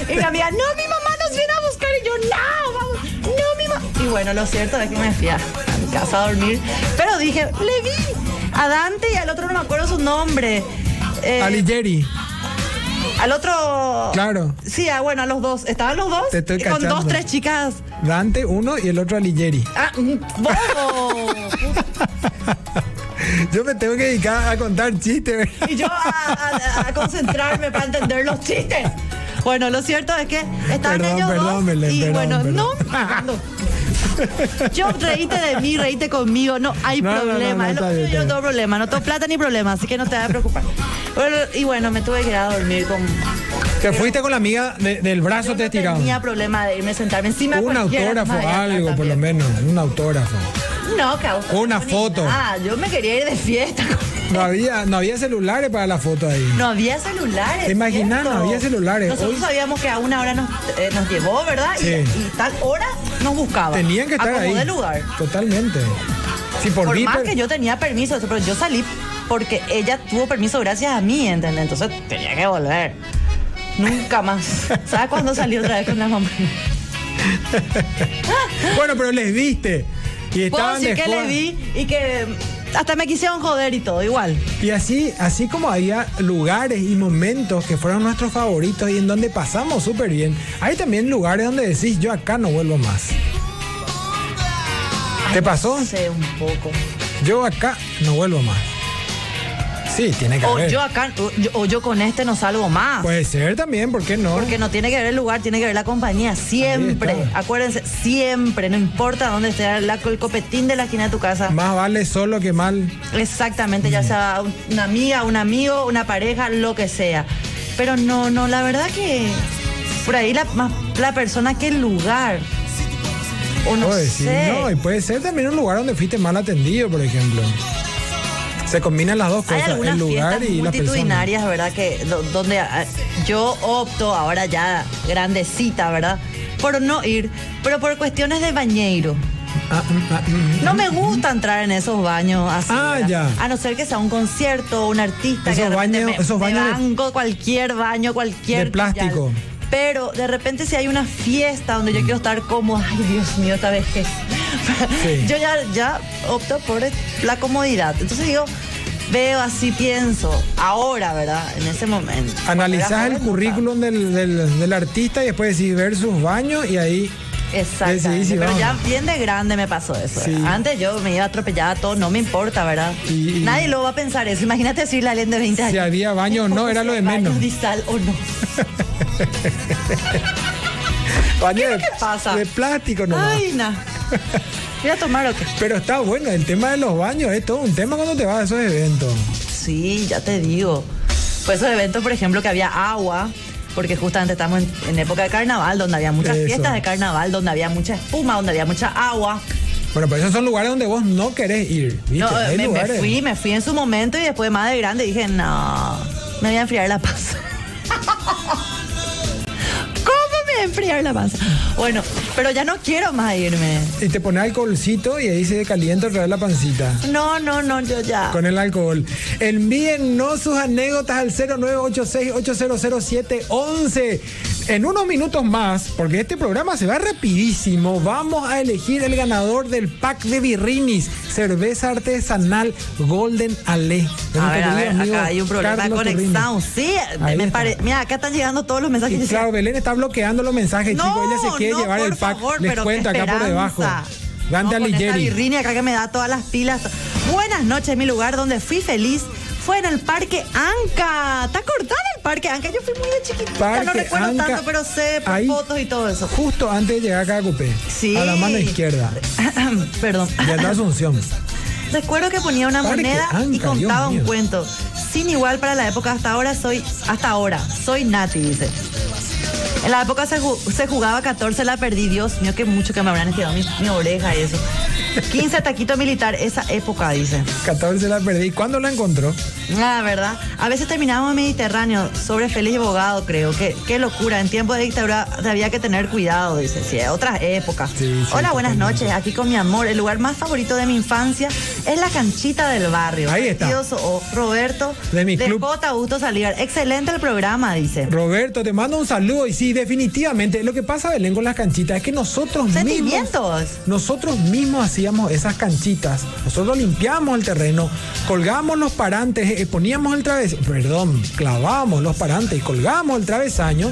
Y mi amiga, no, mi mamá nos viene a buscar. Y yo, no, vamos. No, mi mamá. Y bueno, lo cierto es que me fui a a mi casa a dormir. Pero dije, le vi a Dante y al otro no me acuerdo su nombre. Eh, Alighieri. al otro. Claro. Sí, ah, bueno, a los dos. Estaban los dos. Te estoy y con dos, cachando. tres chicas. Dante uno y el otro Alighieri. Ah, mm, bobo. Yo me tengo que dedicar a contar chistes, ¿verdad? y yo a, a- a concentrarme para entender los chistes. Bueno, lo cierto es que estaban Perdón, ellos perdón, dos Belén, y perdón, bueno, perdón. no, no. Yo reíte de mí, reíte conmigo, no hay No, no, no, no, problema. es lo está mío, bien, yo está no tengo problema, no tengo plata ni problema, así que no te vas a preocupar. Bueno, y bueno, me tuve que ir a dormir con. Te fuiste con la amiga de- del brazo Yo te no estiraron. tenía problema de irme a sentarme encima. de Un cualquiera, autógrafo, más allá algo por lo también. menos, un autógrafo. No, que autógrafo Una ni foto. nada, yo me quería ir de fiesta. No había, no había celulares para la foto ahí. No había celulares. ¿Te imaginas? ¿cierto? No había celulares. Nosotros Hoy- sabíamos que a una hora nos, eh, nos llevó, ¿verdad? Y- Sí. Y, tal hora nos buscaba. Tenían que estar Acomodé ahí. el Ah, lugar. Totalmente. Sí, por, Por, mí, más pero- que yo tenía permiso, pero yo salí porque ella tuvo permiso gracias a mí, ¿entendés? Entonces tenía que volver. Nunca más. ¿Sabes cuándo salí otra vez con la mamá? Bueno, pero les viste. Y Puedo estaban decir que después- le vi y que hasta me quisieron joder y todo, igual. Y así, así como había lugares y momentos que fueron nuestros favoritos y en donde pasamos súper bien, hay también lugares donde decís, yo acá no vuelvo más. ¿Te pasó? No sé, un poco. Yo acá no vuelvo más. Sí, tiene que O haber. yo acá, o yo, o yo con este no salgo más. Puede ser también, ¿por qué no? Porque no tiene que ver el lugar, tiene que ver la compañía. Siempre, Ahí está. acuérdense, siempre, no importa dónde esté la- el copetín de la esquina de tu casa. Más vale solo que mal. Exactamente, Mm. ya sea un- una amiga, un amigo, una pareja, lo que sea. Pero no, no, la verdad que Por ahí la, más- la persona que el lugar. O no Oye, sí, sé. no, y puede ser también un lugar donde fuiste mal atendido, por ejemplo. Se combinan las dos Hay cosas, algunas el lugar fiestas y la persona. multitudinarias, ¿verdad? Que, do- donde ah, yo opto, ahora ya grandecita, ¿verdad? Por no ir, pero por cuestiones de bañeiro. Ah, mm, ah, mm, mm. No me gusta entrar en esos baños así. Ah, ¿verdad? ya. A no ser que sea un concierto, un artista. que de Esos repente baños- me- esos me baños de- banco, cualquier baño, cualquier. De plástico. Mm. yal. Pero de repente si hay una fiesta donde yo quiero estar cómoda, ay Dios mío, esta vez que Sí. yo ya, ya opto por la comodidad. Entonces digo, veo así, pienso, ahora, ¿verdad? En ese momento. Cuando Analizás era el joven, no tanto. currículum del, del- del artista y después decís ver sus baños y ahí. Exactamente. Decidís si pero vamos. ya bien de grande me pasó eso. Sí. ¿verdad? Antes yo me iba atropellada a todo, no me importa, ¿verdad? Y- y- Nadie lo va a pensar eso. Imagínate decirle a alguien de 20 años. Si había baño o no, era lo de Baño menos. distal o no. Baño de, pasa? de plástico nomás. Ay, na. Voy a tomar o qué. Pero está bueno, el tema de los baños es todo un tema cuando te vas a esos eventos. Sí, ya te digo. Pues esos eventos, por ejemplo, que había agua, porque justamente estamos en, en época de carnaval, donde había muchas Eso. fiestas de carnaval, donde había mucha espuma, donde había mucha agua. Bueno, pero esos son lugares donde vos no querés ir. ¿viste? No, Hay me, me lugares. fui, me fui en su momento y después más de grande dije, no, me voy a enfriar la panza. ¿Cómo me voy a enfriar la panza? Bueno, pero ya no quiero más irme. Y te pones alcoholcito y ahí se calienta otra vez la pancita. No, no, no, yo ya. con el alcohol. Envíennos sus anécdotas al 0986-800711. En unos minutos más, porque este programa se va rapidísimo, vamos a elegir el ganador del pack de birrinis, cerveza artesanal Golden Ale. De A nuestro ver, a querido ver, amigo acá hay un problema de Carlos conexión. Turrini. Sí, Ahí me está. pare- Mira, acá están llegando todos los mensajes. Y Yo decía, claro, Belén está bloqueando los mensajes, No, chicos. Ella se quiere no, llevar por el pack. favor, Les pero qué cuento acá por debajo. esperanza. Dante No, con esta Alighieri. birrini acá que me da todas las pilas. Buenas noches, mi lugar donde fui feliz fue en el Parque Anca. Está cortado el Parque Anca. Yo fui muy de chiquitita, no Parque recuerdo Anca. tanto, pero sé por Ahí. fotos y todo eso. Justo antes de llegar acá a Cupé. Sí. A la mano izquierda. Perdón. De acá a Asunción. Recuerdo que ponía una Parque moneda y Anca, contaba Dios un mío. cuento. Sin igual para la época hasta ahora soy hasta ahora soy Nati dice. En la época se, ju- se jugaba 14, la perdí, Dios mío, que mucho que me habrán estirado mi, mi oreja y eso. 15 taquito militar, esa época, dice. 14 la perdí. ¿Cuándo la encontró? La verdad. A veces terminábamos en Mediterráneo, sobre feliz y bogado, creo. Qué, qué locura. En tiempos de dictadura había que tener cuidado, dice. Sí, otras épocas. Sí, sí, Hola, buenas totalmente. noches. Aquí con mi amor. El lugar más favorito de mi infancia es la canchita del barrio. Ahí está. Partido Soho. Roberto. De mi club. Cota Augusto Salivar. Excelente el programa, dice. Roberto, te mando un saludo y sí, definitivamente, lo que pasa, Belén, con las canchitas es que nosotros mismos, Sentimientos. nosotros mismos hacíamos esas canchitas, nosotros limpiamos el terreno, colgamos los parantes, eh, poníamos el travesaño, perdón, clavamos los parantes y colgamos el travesaño.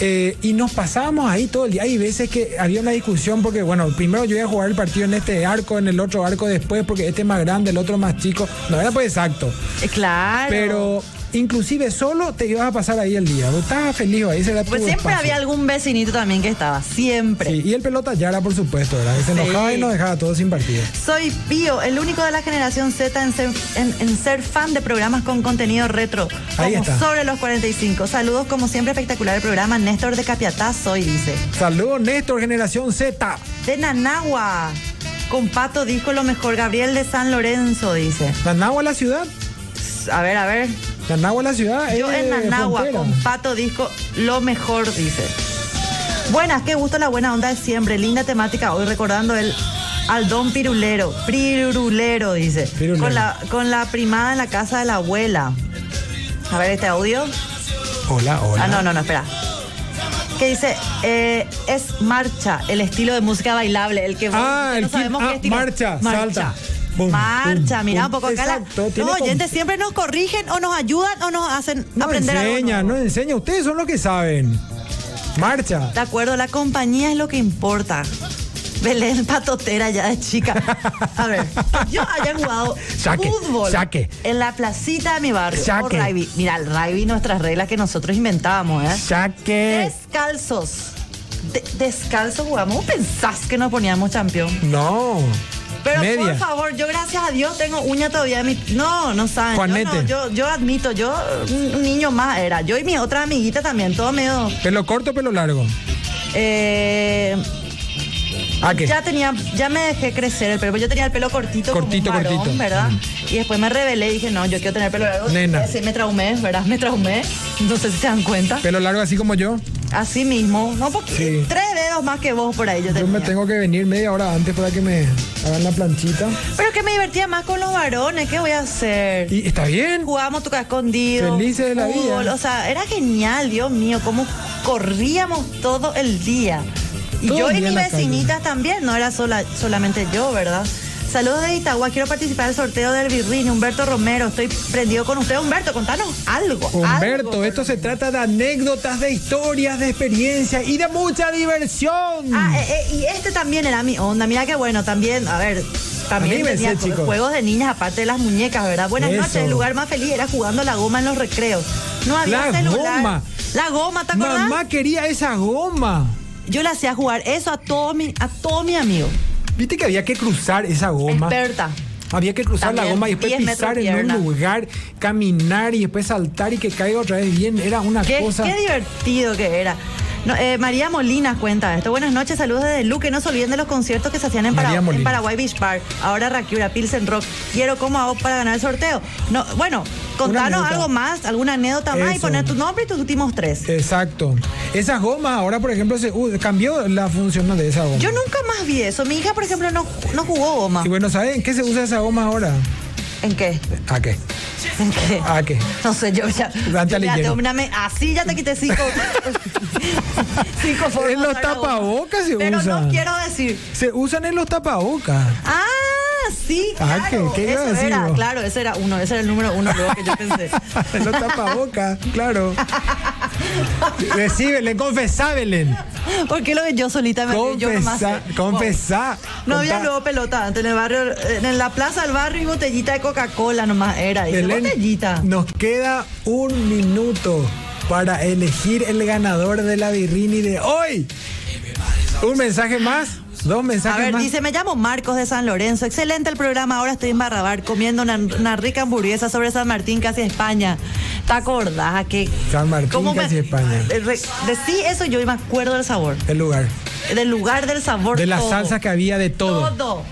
eh, y nos pasábamos ahí todo el día. Hay veces que había una discusión porque, bueno, primero yo iba a jugar el partido en este arco, en el otro arco después, porque este es más grande, el otro más chico. No era pues exacto. Eh, Claro. Pero inclusive solo te ibas a pasar ahí el día. Vos estabas feliz, ahí será Pues siempre había algún vecinito también que estaba. Siempre. y el pelota Yara, por supuesto, ¿verdad? Que Se enojaba Sí. y nos dejaba todos sin partido. Soy Pío, el único de la generación Z en ser, en- en ser fan de programas con contenido retro, Ahí como está. sobre los 45. Saludos, como siempre, espectacular el programa. Néstor de Capiatá soy, dice. Saludos, Néstor, generación Z. De Nanagua, con Pato dijo lo mejor. Gabriel de San Lorenzo, dice. Nanagua la ciudad. A ver, a ver. Nanagua la ciudad. Yo eh, en Nanagua, frontera. con Pato dijo lo mejor, dice. Buenas, qué gusto la buena onda de siempre. Linda temática hoy, recordando el al don pirulero. Pirulero, dice. Pirulero. Con, la, con la primada en la casa de la abuela. A ver este audio. Hola, hola. Ah, no, no, no, espera. Que dice, eh, es marcha, el estilo de música bailable, el que Ah, que el que- ah, estilo- marcha, salta. Bum, marcha, bum, mira un bum. poco acá. la- Exacto, tiene los con- oyentes siempre nos corrigen o nos ayudan o nos hacen No aprender algo enseña, nuevo. no enseña. Ustedes son los que saben. Marcha. De acuerdo, la compañía es lo que importa. Belén patotera ya de chica. A ver, yo haya jugado Saque, fútbol saque. en la placita de mi barrio. Saque. O rugby. Mira, el rugby, nuestras reglas que nosotros inventábamos, ¿eh? Saque. Descalzos. De- descalzos jugamos. ¿Vos pensás que nos poníamos campeón? No. Pero por Media. favor, yo gracias a Dios tengo uña todavía. en Mi... No, no saben. yo Juanete. no, Yo, yo, admito, yo un un niño más era. Yo y mi otra amiguita también, todo medio. ¿Pelo corto o pelo largo? Eh, ¿A Ah, qué? Ya tenía, ya me dejé crecer el pelo. pues Yo tenía el pelo cortito, Cortito, como un varón, cortito. ¿verdad? Y después me rebelé y dije, no, yo quiero tener pelo largo. Nena. Sí, me traumé, ¿verdad? Me traumé. No sé si se dan cuenta. ¿Pelo largo así como yo? Así mismo. No, porque Sí. tres dedos más que vos por ahí yo Yo tenía. me tengo que venir media hora antes para que me hagan la planchita. Pero que me divertía más con los varones, ¿qué voy a hacer? Y está bien. Jugábamos toca escondido. Felices de la fútbol, vida. O sea, era genial, Dios mío, cómo corríamos todo el día. Y Todo yo el y mis día en la calle. vecinitas también, no era sola, solamente yo, ¿verdad? Saludos de Itagua, quiero participar del sorteo del Birrini, Humberto Romero, estoy prendido con usted. Humberto, contanos algo. algo. Humberto, esto se trata de anécdotas, de historias, de experiencias y de mucha diversión. Ah, eh, eh, y este también era mi onda, mira qué bueno, también, a ver, también Anímense, tenía chicos. juegos de niñas, aparte de las muñecas, ¿verdad? Buenas Eso. noches, el lugar más feliz era jugando la goma en los recreos. No había La celular. goma. La goma, ¿te acordás? Mamá quería esa goma. Yo le hacía jugar eso a todo mi, a todo mi amigo. Viste que había que cruzar esa goma. Experta. Había que cruzar la También, goma y después 10 metros pisar en pierna. un lugar, caminar y después saltar y que caiga otra vez bien. Era una Qué, cosa. qué divertido que era. No, eh, María Molina cuenta esto. Buenas noches, saludos desde Luque. No se olviden de los conciertos que se hacían en, Para- María en Molina. Paraguay Beach Park. Ahora Rakiura, Pilsen Rock. Quiero cómo hago para ganar el sorteo. No, bueno, contanos anécdota. algo más, alguna anécdota más y Eso. poner tu nombre y tus últimos tres. Exacto. Esas gomas ahora, por ejemplo, se uh, cambió la función de esa goma. Yo nunca más vi eso. Mi hija, por ejemplo, no, no jugó goma. Y bueno, ¿saben qué se usa esa goma ahora? ¿En qué? ¿A qué? ¿En qué? ¿A qué? No sé, yo ya. Ah. Dante yo ya Alighieri. tengo una me- así ya te quité cinco. cinco formas. En los de hablar. tapabocas se Pero usa. no quiero decir. Se usan en los tapabocas. Ah, sí. Ah, claro, ¿qué- qué iba a eso decir era, vos? claro, ese era uno, ese era el número uno luego que yo pensé. en los tapabocas, claro. Decíbelen, confesá, Belén. Porque lo que yo solita me yo nomás. Confesá, sé. confesá. No había Contá. luego pelota antes en el barrio, en la plaza del barrio y botellita de Coca-Cola nomás era. Y Belén, botellita. nos queda un minuto para elegir el ganador de la birrini de hoy. Un mensaje más, dos A mensajes ver, más. dice, me llamo Marcos de San Lorenzo. Excelente el programa. Ahora estoy en Barrabar comiendo una, una rica hamburguesa sobre San Martín, casi España. ¿Te acordás que... San Martín, cómo casi España. Eh, re- Decí eso y yo y me acuerdo del sabor. el lugar. Del lugar del sabor. De la todo. salsa que había de todo, Todo.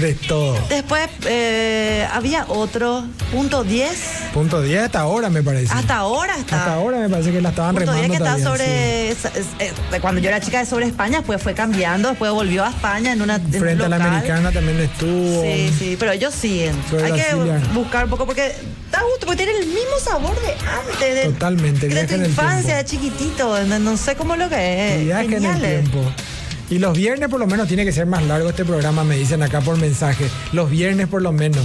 De todo. Después eh, había otro, punto 10. Punto 10 hasta ahora me parece. Hasta ahora está. Hasta ahora me parece que la estaban Punto 10 remando que está todavía, sí. sobre. es- es- eh, de cuando yo era chica de sobre España, pues fue cambiando. Después volvió a España en una. en un Frente a la local. americana también estuvo. Sí, sí, pero ellos siguen. Sobre Hay la que Siria. buscar un poco porque está justo, porque tiene el mismo sabor de antes. De, Totalmente, De viaje tu en el infancia, de chiquitito. No, no sé cómo lo que es. Viaje en el Geniales. tiempo. Y los viernes por lo menos tiene que ser más largo este programa, me dicen acá por mensaje. Los viernes por lo menos.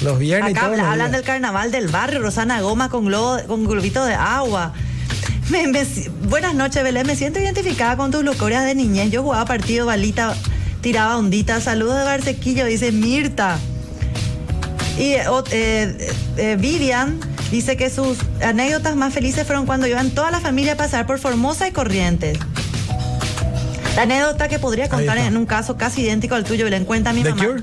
Los viernes y Acá todos los habla- hablan días. del carnaval del barrio, Rosana Goma con globo, con globito de agua. Me- me si- buenas noches, Belén. Me siento identificada con tus locorias de niñez. Yo jugaba partido, balita, tiraba ondita. Saludos de Barcequillo, dice Mirta. Y eh, ot- eh, eh, Vivian dice que sus anécdotas más felices fueron cuando iban toda la familia a pasar por Formosa y Corrientes. La anécdota que podría contar está. en un caso casi idéntico al tuyo, Belén, cuenta a mi The mamá. Cure.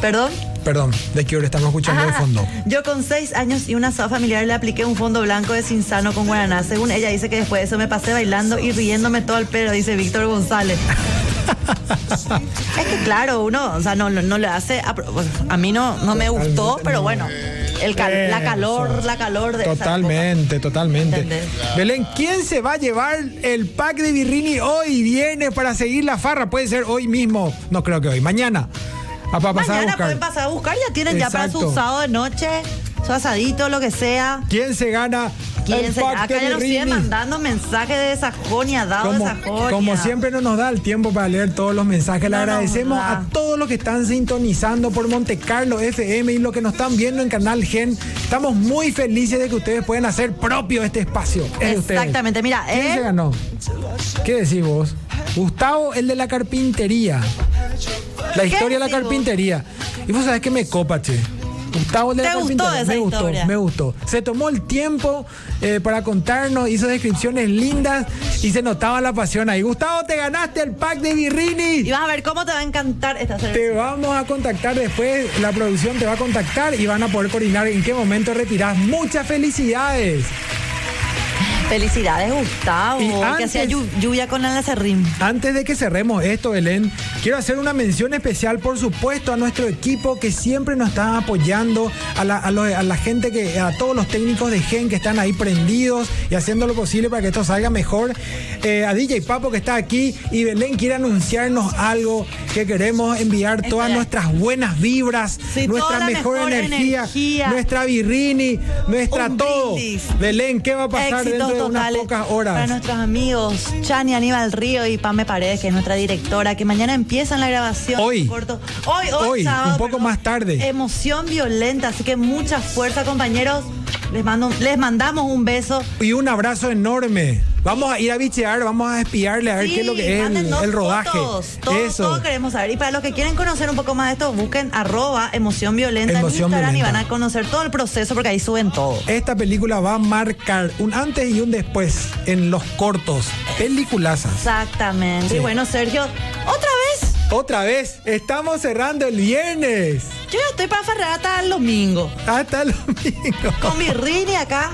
¿Perdón? Perdón, The Cure, estamos escuchando de Ajá. fondo. Yo con seis años y una asado familiar le apliqué un fondo blanco de cinzano con guaraná. Según ella dice que después de eso me pasé bailando y riéndome todo el pelo, dice Víctor González. es que claro, uno, o sea, no, no, no le hace. A, pro- pues, a mí no, no me gustó, Totalmente, pero no. bueno. El cal- la Eso. calor, la calor de esa época. Totalmente, totalmente. ¿Entendés? Belén, ¿quién se va a llevar el pack de birrini hoy viernes para seguir la farra? Puede ser hoy mismo, no creo que hoy, mañana. Ah, para pasar a Mañana buscar. pueden pasar a buscar, ya tienen ya para su Exacto. sábado de noche, su asadito, lo que sea. ¿Quién se gana el Quien se- pack acá de ya nos siguen birrini? mandando mensajes de Sajonia, dado de Como, Sajonia. como siempre no nos da el tiempo para leer todos los mensajes. Le No nos agradecemos da. a todos los que están sintonizando por Monte Carlo FM y los que nos están viendo en Canal Gen. Estamos muy felices de que ustedes pueden hacer propio este espacio. Es de ustedes. Exactamente, mira, ¿Quién él- se ganó? ¿Qué decís vos? Gustavo, el de la carpintería. La historia de la decís vos? carpintería. Y vos sabés que me copa, che. Gustavo Lea ¿Te gustó Carpintero. esa me gustó, historia? me gustó. Se tomó el tiempo eh, para contarnos, hizo descripciones lindas y se notaba la pasión ahí. Gustavo, te ganaste el pack de Y birrini. vas a ver cómo te va a encantar esta Te cerveza. vamos a contactar después, la producción te va a contactar y van a poder coordinar en qué momento retirás. Muchas felicidades. Felicidades, Gustavo. Y que antes- hacía llu- lluvia con el acerrín. Antes de que cerremos esto, Belén, quiero hacer una mención especial, por supuesto, a nuestro equipo que siempre nos está apoyando, a la, a lo- a la gente que, a todos los técnicos de Gen que están ahí prendidos y haciendo lo posible para que esto salga mejor. Eh, a DJ Papo que está aquí y Belén quiere anunciarnos algo que queremos enviar todas Espera. nuestras buenas vibras, Sí, nuestra toda la mejor, mejor energía, energía. nuestra birrini, nuestra Un todo. brindis. Belén, ¿qué va a pasar Éxitos dentro de unas totales pocas para horas? nuestros amigos Chani, Aníbal Río y Pame Paredes, que es nuestra directora, que mañana empiezan la grabación. Hoy. Corto. Hoy, hoy, Hoy, sábado, un poco perdón. más tarde. Emoción violenta, así que mucha fuerza, compañeros. Les, mando, les mandamos un beso. Y un abrazo enorme. Vamos a ir a bichear, vamos a espiarle a ver Sí, qué es lo que es el, mándennos el rodaje. fotos. Todo, Eso. todo queremos saber. Y para los que quieren conocer un poco más de esto, busquen arroba emoción violenta Emoción en Instagram y Violenta. van a conocer todo el proceso porque ahí suben todo. Esta película va a marcar un antes y un después en los cortos. Peliculazas. Exactamente. Sí. Y bueno, Sergio, otra vez. Otra vez, estamos cerrando el viernes. Yo ya estoy para Ferrata hasta el domingo. Hasta el domingo. Con mi Rini acá.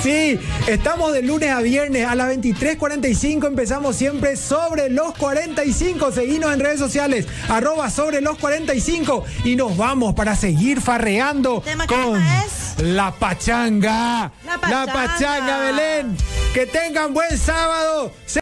Sí, estamos de lunes a viernes a las 23.45. Empezamos siempre sobre los 45. Seguinos en redes sociales, arroba sobre los 45. Y nos vamos para seguir farreando ¿Tema qué con tema es? la pachanga. La pachanga. pachanga, Belén. Que tengan buen sábado.